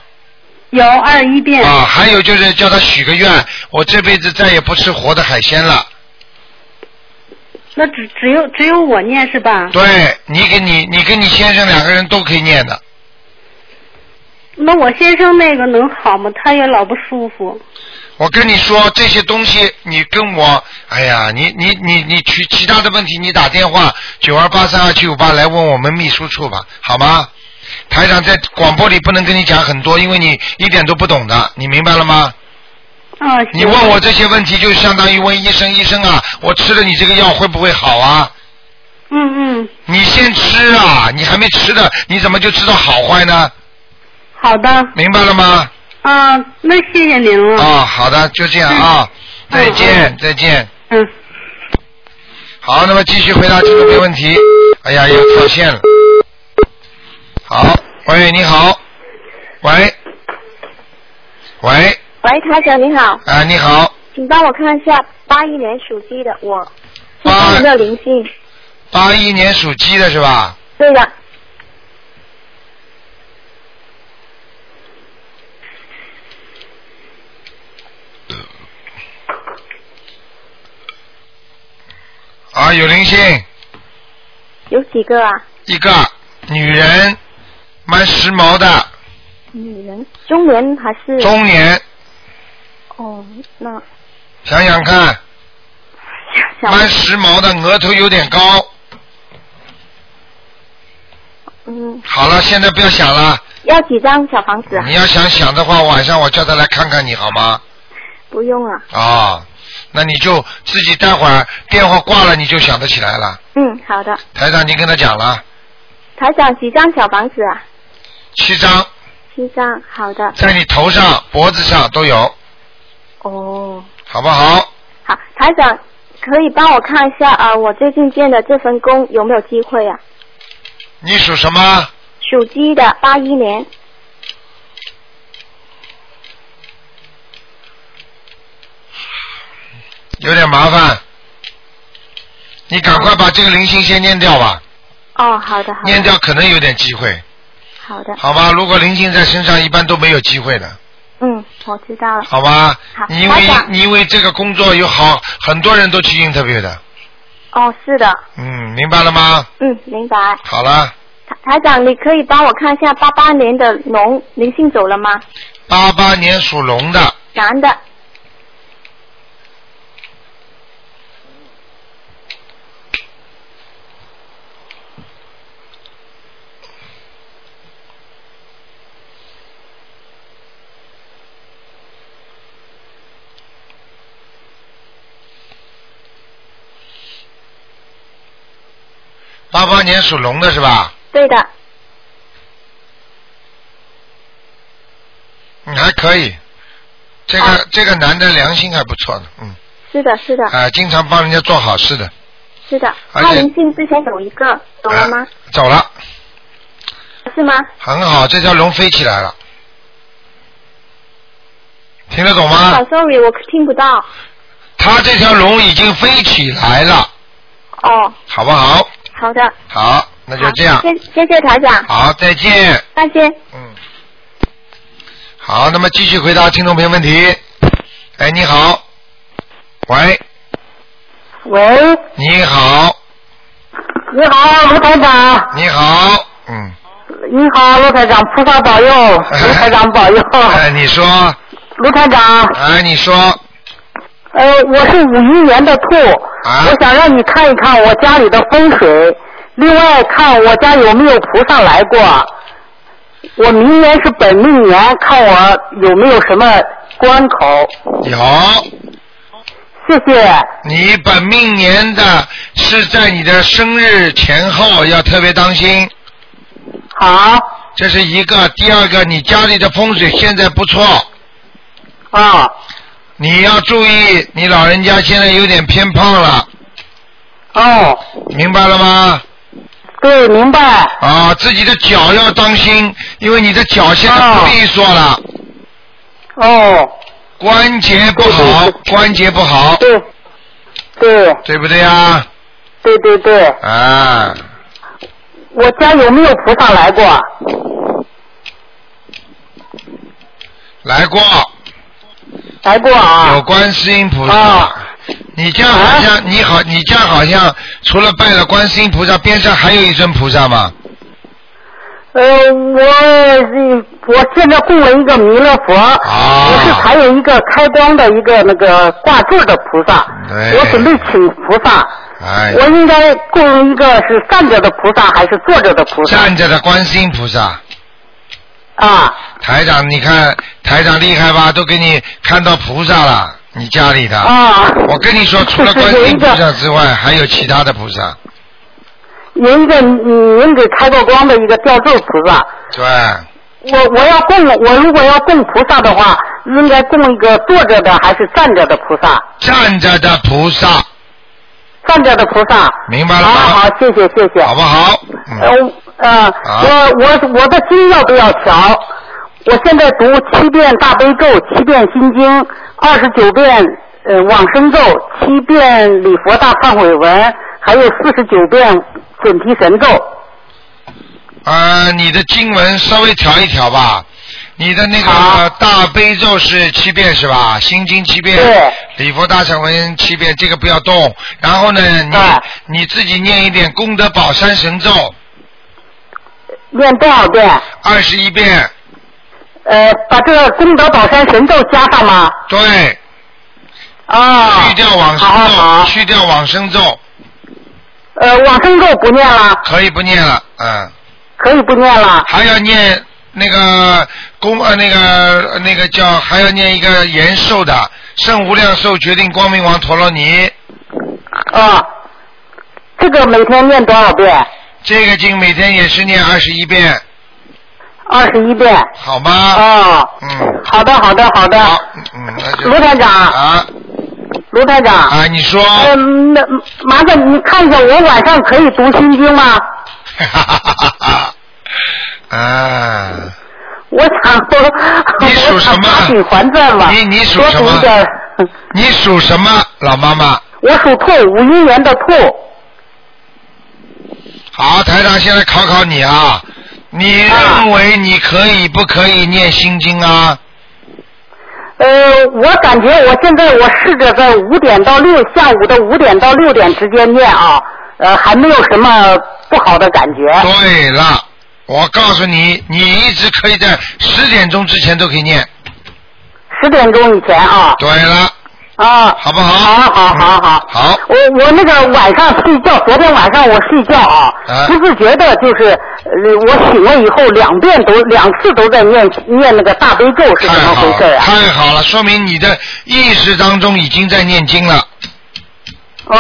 有哦二十一遍。啊，还有就是叫他许个愿，我这辈子再也不吃活的海鲜了。那只只有只有我念是吧？对你跟你你跟你先生两个人都可以念的，那我先生那个能好吗？他也老不舒服。我跟你说，这些东西你跟我，哎呀，你你你你其其他的问题，你打电话九二八三二七五八来问我们秘书处吧，好吗？台长在广播里不能跟你讲很多，因为你一点都不懂的，你明白了吗？啊，行你问我这些问题，就相当于问医生，医生啊，我吃了你这个药会不会好啊？嗯嗯，你先吃啊，你还没吃的，你怎么就知道好坏呢？好的明白了吗？啊，那谢谢您啊、了。好的，就这样啊，嗯再见，嗯再见。嗯。好，那么继续回答这个没问题。哎呀，又跳线了。好，喂，你好，喂，喂，喂，台长你好，啊，你好，请帮我看一下八一年属鸡的啊我，身八上有没有灵性？八一年属鸡的是吧？对的，啊，有灵性，有几个啊？一个女人，蛮时髦的，女人，中年还嗯是？中年，哦，那想想看，小蛮时髦的，额头有点高。嗯，好了，现在不要想了。要几张小房子啊？你要想想的话，晚上我叫他来看看你好吗？不用啊。啊、那你就自己待会儿电话挂了，你就想得起来了。嗯，好的。台长已经跟他讲了，台长几张小房子啊？七张七张，好的。在你头上、脖子上都有，哦，好不好？好，台长可以帮我看一下啊、我最近见的这份工有没有机会啊？你属什么？属鸡的，八一年。有点麻烦，你赶快把这个灵性先念掉吧，哦，好的，好念的，掉可能有点机会，好的。好吧？如果灵性在身上，一般都没有机会的。嗯，我知道了。好吧好，你因为台长你因为这个工作有好很多人都去 interview 的，哦，是的。嗯，明白了吗？嗯，明白。好了，台台长，你可以帮我看一下八八年的龙灵性走了吗？八八年属龙的，男的，八八年属龙的是吧？对的，你还嗯还可以。这个、这个男的良心还不错的，嗯，是的，是的，啊、经常帮人家做好事的，是的。而他且灵性之前有一个走了吗？走了，哎是吗？很好，这条龙飞起来了，听得懂吗？啊，sorry，我听不到。他这条龙已经飞起来了，哦，好不好？好的。好，那就这样，谢谢谢台长，好，再见。再见。好，那么继续回答听众朋友问题。哎，你好，喂，喂，你好，你好，卢台长，你好，你好，卢台长，菩萨保佑，卢台长保佑，哎，你说，卢台长，哎，你说，呃，我是五一年的兔，啊我想让你看一看我家里的风水，另外看我家有没有菩萨来过。我明年是本命年，看我有没有什么关口。有，谢谢。你本命年的是在你的生日前后，要特别当心。好。这是一个，第二个，你家里的风水现在不错。啊。你要注意，你老人家现在有点偏胖了。哦。明白了吗？对，明白。啊，自己的脚要当心，因为你的脚现在不利索了。啊哦。关节不好，关节不好。对。对。对不对呀？对对对，啊，我家有没有菩萨来过？来过。来过啊。有观世音菩萨。你家好像、你好，你家好像除了拜了观世音菩萨，边上还有一尊菩萨嘛？呃，我我现在供了一个弥勒佛，我是还有一个开光的一个那个挂坠的菩萨，对我准备请菩萨，哎，我应该供一个是站着的菩萨还是坐着的菩萨？站着的观世音菩萨。啊。台长，你看台长厉害吧？都给你看到菩萨了，你家里的。啊。我跟你说，除了观世音菩萨之外，还有其他的菩萨。有一个您您给开过光的一个吊坠菩萨，对，我我要供我如果要供菩萨的话，应该供一个坐着的还是站着的菩萨？站着的菩萨，站着的菩萨。明白了吗？好，谢谢谢谢。好不好？嗯啊呃呃，我我我的经要不要调？我现在读七遍大悲咒，七遍心经，二十九遍呃往生咒，七遍礼佛大忏悔文，还有四十九遍准提神咒。呃，你的经文稍微调一调吧。你的那个大悲咒是七遍是吧？心经七遍，礼佛大忏文七遍，这个不要动。然后呢，你你自己念一点功德宝山神咒念多少遍？二十一遍，呃，把这个功德宝山神咒加上吗？对。啊。去掉往生咒，去掉往生咒，呃，往生咒不念了，可以不念了，嗯。可以不念了。还要念那个功呃那个呃那个叫还要念一个延寿的圣无量寿决定光明王陀罗尼。啊，这个每天念多少遍？这个经每天也是念二十一遍，二十一遍。好吗？啊。嗯。好的，好的，好的。嗯，那就卢台长。啊。卢台长。啊，你说。嗯，那麻烦你看一下，我晚上可以读心经吗？ <laughs> 啊，我想， <laughs> 你属什么？打顶还债吧。你你属多什读么一点你属什么，老妈妈？我属兔，五一年的兔。好，台长现在考考你啊，你啊认为你可以不可以念心经啊？呃，我感觉我现在我试着在五点到六下午的五点到六点之间念啊，呃，还没有什么不好的感觉。对了，我告诉你，你一直可以在十点钟之前都可以念。十点钟以前啊。对了，啊，好不好？好好好好。好。我我那个晚上睡觉，昨天晚上我睡觉啊，啊不自觉的就是，呃，我醒了以后两遍都两次都在念念那个大悲咒是怎么回事啊？太好了，说明你的意识当中已经在念经了，哦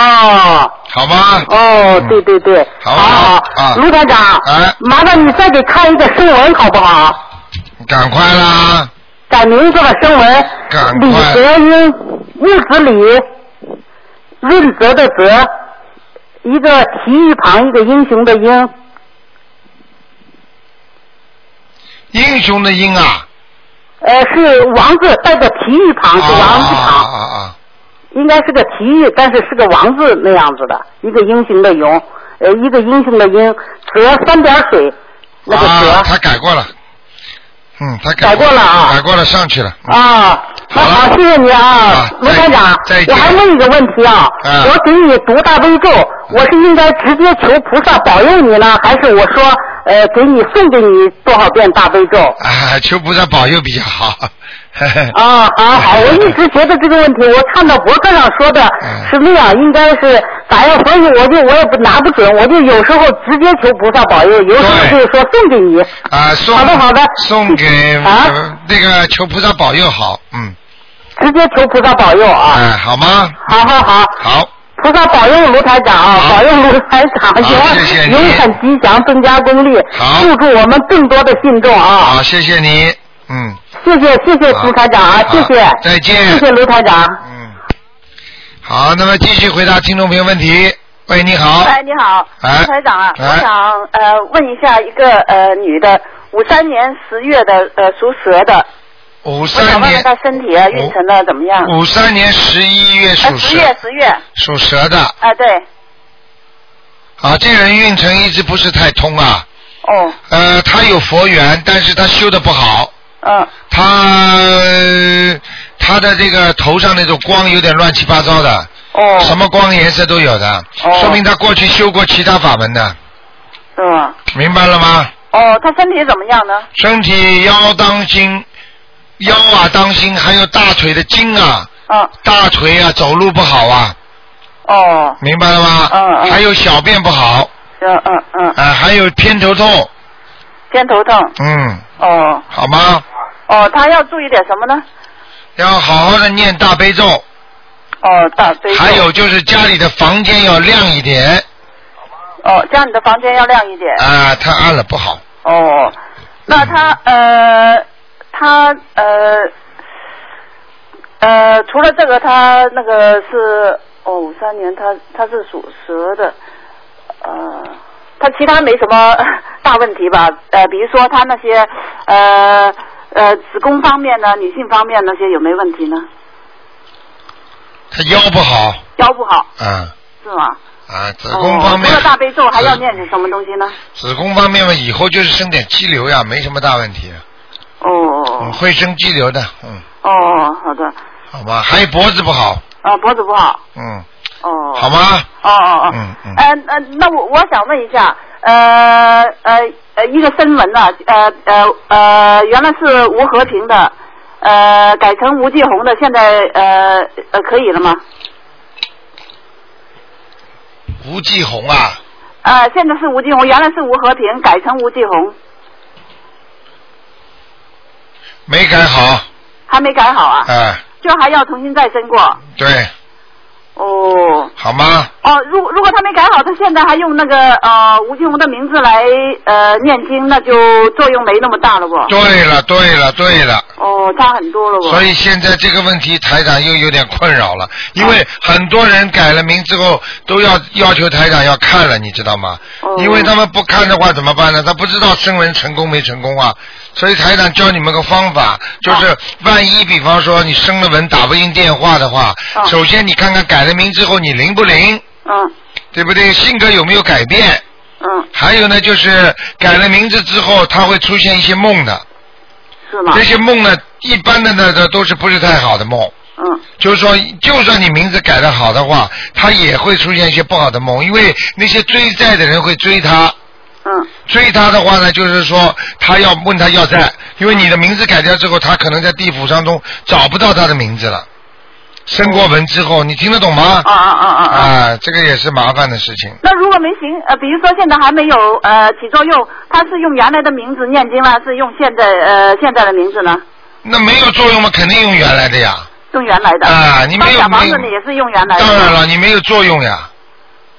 好吗？嗯哦，对对对，好不好啊，卢台长，哎麻烦你再给看一个声纹好不好？赶快啦！改名字的声纹，赶李快泽英，木子李，润泽的泽，一个奇遇旁，一个英雄的英，英雄的英啊，呃，是王字带个奇遇旁，啊是啊王字啊旁，啊啊！应该是个奇遇，但是是个王字那样子的，一个英雄的勇，呃，一个英雄的英，泽三点水，那个泽。啊，他改过了，嗯，他改过了啊改过了，上去了。啊，好那了好，谢谢你啊啊，卢再台长再，见我还问一个问题啊，啊我给你读大悲咒，嗯我是应该直接求菩萨保佑你呢，还是我说呃给你送给你多少遍大悲咒？啊，求菩萨保佑比较好。啊， <laughs> 好好，我一直觉得这个问题，我看到博客上说的嗯是那样，应该是咋样，所以我就我也不拿不准，我就有时候直接求菩萨保佑，有时候对就是说送给你。啊，送好的好的送给、啊呃那个求菩萨保佑好，嗯，直接求菩萨保佑哎、啊！好吗？好好好，好，菩萨保佑卢台长啊，好保佑卢台长，好谢谢你永永远吉祥，增加功力好，助住我们更多的信众啊！好，谢谢你，嗯谢谢谢谢好卢台长啊，谢谢好，再见谢谢卢台长。嗯，好，那么继续回答听众朋友问题。喂，你好，哎，你好，哎卢台长啊，哎我想呃问一下一个呃女的，五三年十月的呃属蛇的，五我想三问问年她身体啊运程的怎么样？五三年十一月呃，属蛇，十月十月，属蛇的，啊对，啊，这人运程一直不是太通啊，哦，呃，他有佛缘，但是他修的不好，嗯他呃他的这个头上那种光有点乱七八糟的，哦，什么光颜色都有的，哦说明他过去修过其他法门的，是吧？明白了吗？嗯哦，她身体怎么样呢？身体腰当心，腰啊当心，还有大腿的筋啊，嗯大腿啊走路不好啊，哦，明白了吗？嗯嗯还有小便不好，嗯嗯嗯，啊，还有偏头痛，偏头痛，嗯，哦好吗？哦，她要注意点什么呢？要好好的念大悲咒，哦，大悲咒还有就是家里的房间要亮一点，哦，家里的房间要亮一点。啊，太暗了不好。哦，那他呃，他呃呃，除了这个，他那个是哦，五三年他他是属蛇的，呃，他其他没什么 <laughs> 大问题吧？呃，比如说他那些呃呃子宫方面呢，女性方面那些有没有问题呢？他腰不好，腰不好啊是吗？啊，子宫方面。哦、除了大悲咒还要念什么东西呢？子子宫方面嘛，以后就是生点肌瘤呀，没什么大问题的，哦嗯，哦会生肌瘤的，嗯，哦哦，好的，好吧。还有脖子不好，啊，脖子不好，嗯，哦，好吗？哦哦哦，嗯嗯呃呃，那我我想问一下，呃呃呃，一个声纹呢、呃呃呃，原来是吴和平的，呃，改成吴继红的，现在呃呃可以了吗？吴继红啊，呃，现在是吴继红，原来是吴和平，改成吴继红，没改好，还没改好啊，哎、就还要重新再申过。对，嗯哦好吗？哦，如如果他没改好，他现在还用那个呃吴继红的名字来呃念经，那就作用没那么大了不？对了，对了，对了，哦，差很多了不？啊所以现在这个问题台长又有点困扰了，因为很多人改了名之后都要要求台长要看了，你知道吗？哦因为他们不看的话怎么办呢？他不知道声纹成功没成功啊，所以台长教你们个方法，啊就是万一比方说你生了纹打不进电话的话，哦首先你看看改了名之后你灵不灵，嗯对不对？性格有没有改变？嗯，还有呢，就是改了名字之后，他会出现一些梦的，是吗这？些梦呢，一般的呢都都是不是太好的梦。嗯就是说，就算你名字改得好的话，他也会出现一些不好的梦，因为那些追债的人会追他，嗯追他的话呢，就是说他要问他要债，因为你的名字改掉之后，他可能在地府当中找不到他的名字了。升过文之后，你听得懂吗啊？啊啊啊啊！啊，这个也是麻烦的事情。那如果没行，呃，比如说现在还没有呃起作用，他是用原来的名字念经呢，还是用现在呃现在的名字呢？那没有作用嘛，肯定用原来的呀。用原来的啊你没有当小房子没呢也是用原来的，当然了，你没有作用呀。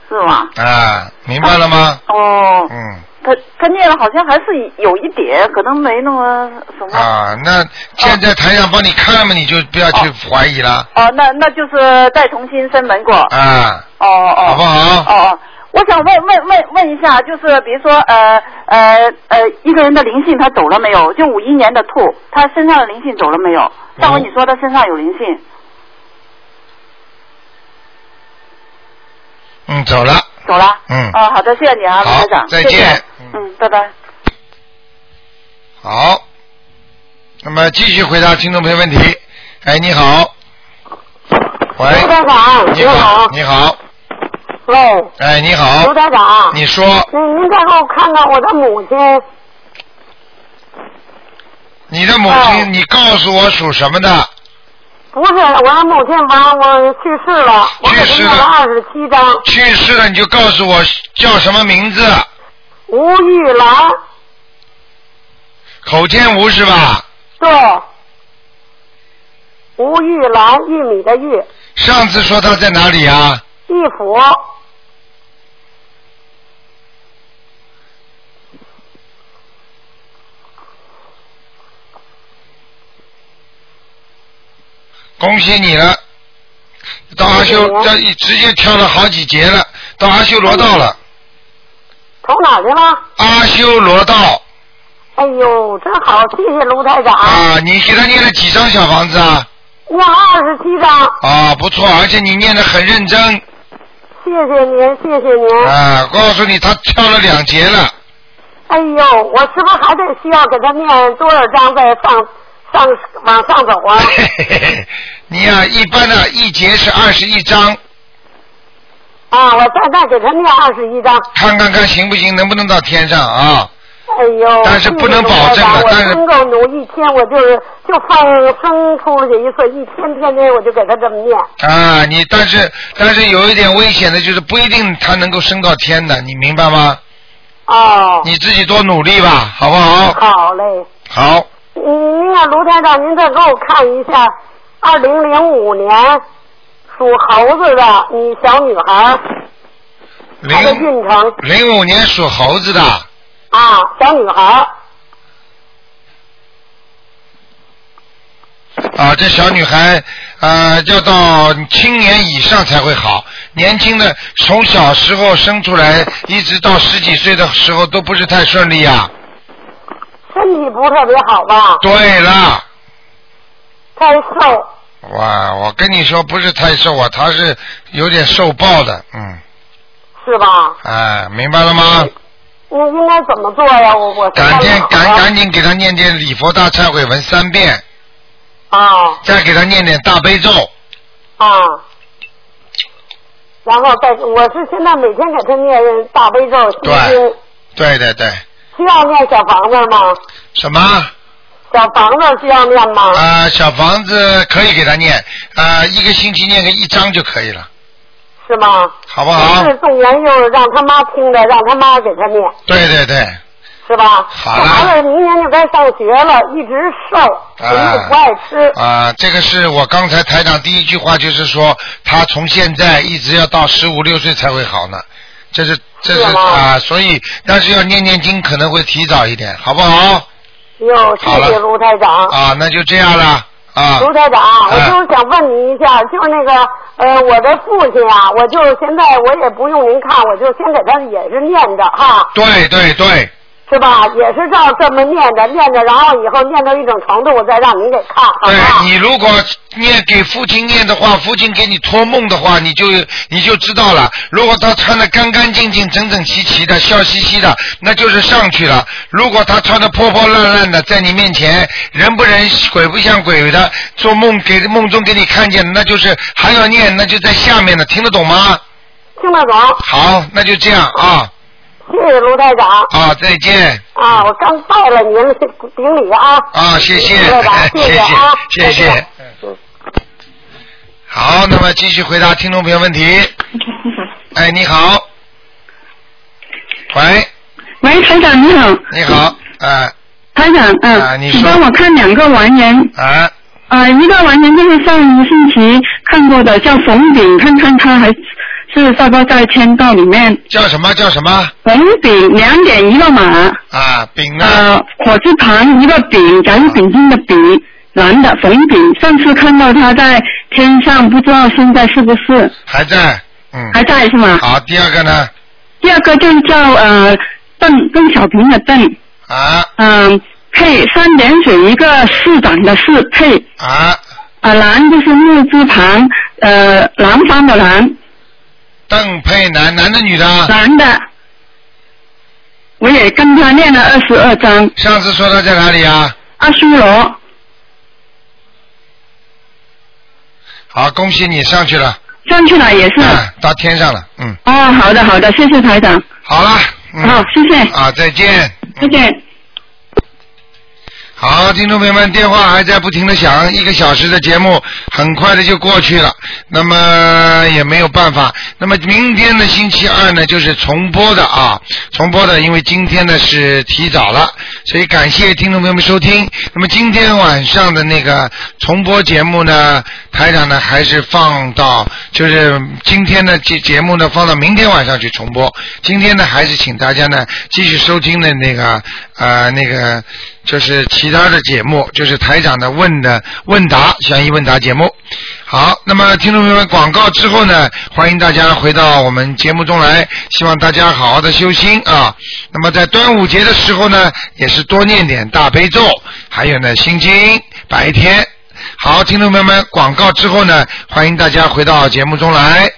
是吗？啊，明白了吗？哦，嗯，他他念了好像还是有一点，可能没那么什么。啊，那现在台上帮你看嘛，你就不要去怀疑了哦，那那就是再重新申门过。啊。哦哦，好不好？哦哦，我想问问问问一下，就是比如说呃呃呃，一个人的灵性他走了没有？就五一年的兔，他身上的灵性走了没有？上回你说他身上有灵性，嗯，走了。走了。嗯哦，好的，谢谢你啊，卢台长。再谢谢见。嗯，拜拜。好，那么继续回答听众朋友问题。哎，你好。喂。卢台长你好，你好。喂，哎，你好。卢台长，你说，嗯您再给我看看我的母亲，你的母亲，你告诉我属什么的？不是我的母亲完我去世了，我给她念了二十七章，去世了你就告诉我叫什么名字？吴玉兰，口天吴是吧？对，吴玉兰，玉米的玉，上次说他在哪里啊？玉府，恭喜你了，到阿修，这一直接跳了好几节了，到阿修罗道了。投哪儿去了？阿修罗道哎呦，真好，谢谢卢台长，啊，你给他念了几张小房子啊？念了二十七章，啊，不错，而且你念的很认真谢谢您，谢谢您，啊。告诉你，他跳了两节了，哎呦，我是不是还得需要给他念多少章再上上往上走 <laughs> 啊？你呀、一般的一节是二十一张，啊，我再再给他念二十一章。看看看行不行，能不能到天上啊？哎呦，但是不能保证啊谢谢卢台长但是我真够努，一天我就是就放生出去一次，一天天天我就给他这么念。啊，你但是但是有一点危险的，就是不一定他能够升到天的，你明白吗？哦，你自己多努力吧，好不好？好嘞，好，嗯，那卢台长，您再给我看一下，二零零五年属猴子的你小女孩，她的零运程零五年属猴子的，啊，小女孩，啊，这小女孩，呃，要到青年以上才会好。年轻的从小时候生出来，一直到十几岁的时候都不是太顺利啊。身体不特别好吧？对了，太瘦，哇，我跟你说不是太瘦啊，她是有点瘦爆的，嗯，是吧？啊，明白了吗？我应该怎么做呀？我我赶紧赶赶紧给她念点礼佛大忏悔文三遍，啊再给她念点大悲咒，啊，然后再我是现在每天给他念大悲咒心经，对对对，需要念小房子吗？什么？小房子需要念吗？啊，小房子可以给他念，啊，一个星期念个一章就可以了，是吗？好不好不？是动员就是让他妈听的，让他妈给他念，对对对，是吧？好了孩子明年就该上学了，一直瘦，什么哎也不爱吃。啊，这个是我刚才台长第一句话就是说，他从现在一直要到十五六岁才会好呢，这是这是是吗啊，所以但是要念念经可能会提早一点，好不好？哟，谢好谢了卢台长。啊，那就这样了啊。卢台长，我啊就是想问你一下，就是那个呃，我的父亲啊，我就是现在我也不用您看，我就先给他也是念着哈，对对对，是吧？也是照这么念着念着，然后以后念到一种程度，我再让您给看，好对吗？你如果念给父亲念的话，父亲给你托梦的话，你就你就知道了。如果他穿的干干净净、整整齐齐的、笑嘻嘻的，那就是上去了；如果他穿的破破烂烂的，在你面前人不人、鬼不像鬼的，做梦给梦中给你看见的，那就是还要念，那就在下面的，听得懂吗？听得懂？好，那就这样啊谢谢卢台长啊，再见啊，我刚拜了您 <laughs> 了，顶礼啊。啊，谢 <laughs> 谢，谢谢吧谢谢啊谢谢，谢再谢见。好，那么继续回答听众朋友问题。哎，你好。喂，喂，台长你好，你好，哎、台长，呃嗯、啊你请说帮我看两个完人，啊，啊、一个完人就是上星期看过的，叫冯炳，看看他还是差不多在签到里面。叫什么叫什么？红饼两点一个马，啊，丙呢？呃，火字旁一个丙，甲乙丙丁的丙，男的冯丙。上次看到他在天上，不知道现在是不是还在，嗯，还在是吗？好，第二个呢？第二个就是叫呃邓邓小平的邓，啊嗯、配三点水一个市长的市配，啊，啊、兰就是木字旁，呃南方的南，邓佩南，男的女的？男的。我也跟他念了二十二章。上次说他在哪里啊？阿修罗，好，恭喜你上去了，上去了也是。啊，到天上了，嗯，哦，好的好的，谢谢台长。好了，嗯，好，谢谢，啊，再见。再见。好，听众朋友们，电话还在不停的响，一个小时的节目很快的就过去了，那么也没有办法。那么明天的星期二呢，就是重播的啊，重播的，因为今天呢是提早了，所以感谢听众朋友们收听。那么今天晚上的那个重播节目呢，台长呢还是放到，就是今天的节节目呢放到明天晚上去重播。今天呢还是请大家呢继续收听的那个呃那个。就是其他的节目，就是台长的问的问答悬疑问答节目。好，那么听众朋友们，广告之后呢，欢迎大家回到我们节目中来，希望大家好好的修心啊。那么在端午节的时候呢，也是多念点大悲咒，还有呢心经，白天。好，听众朋友们，广告之后呢，欢迎大家回到节目中来。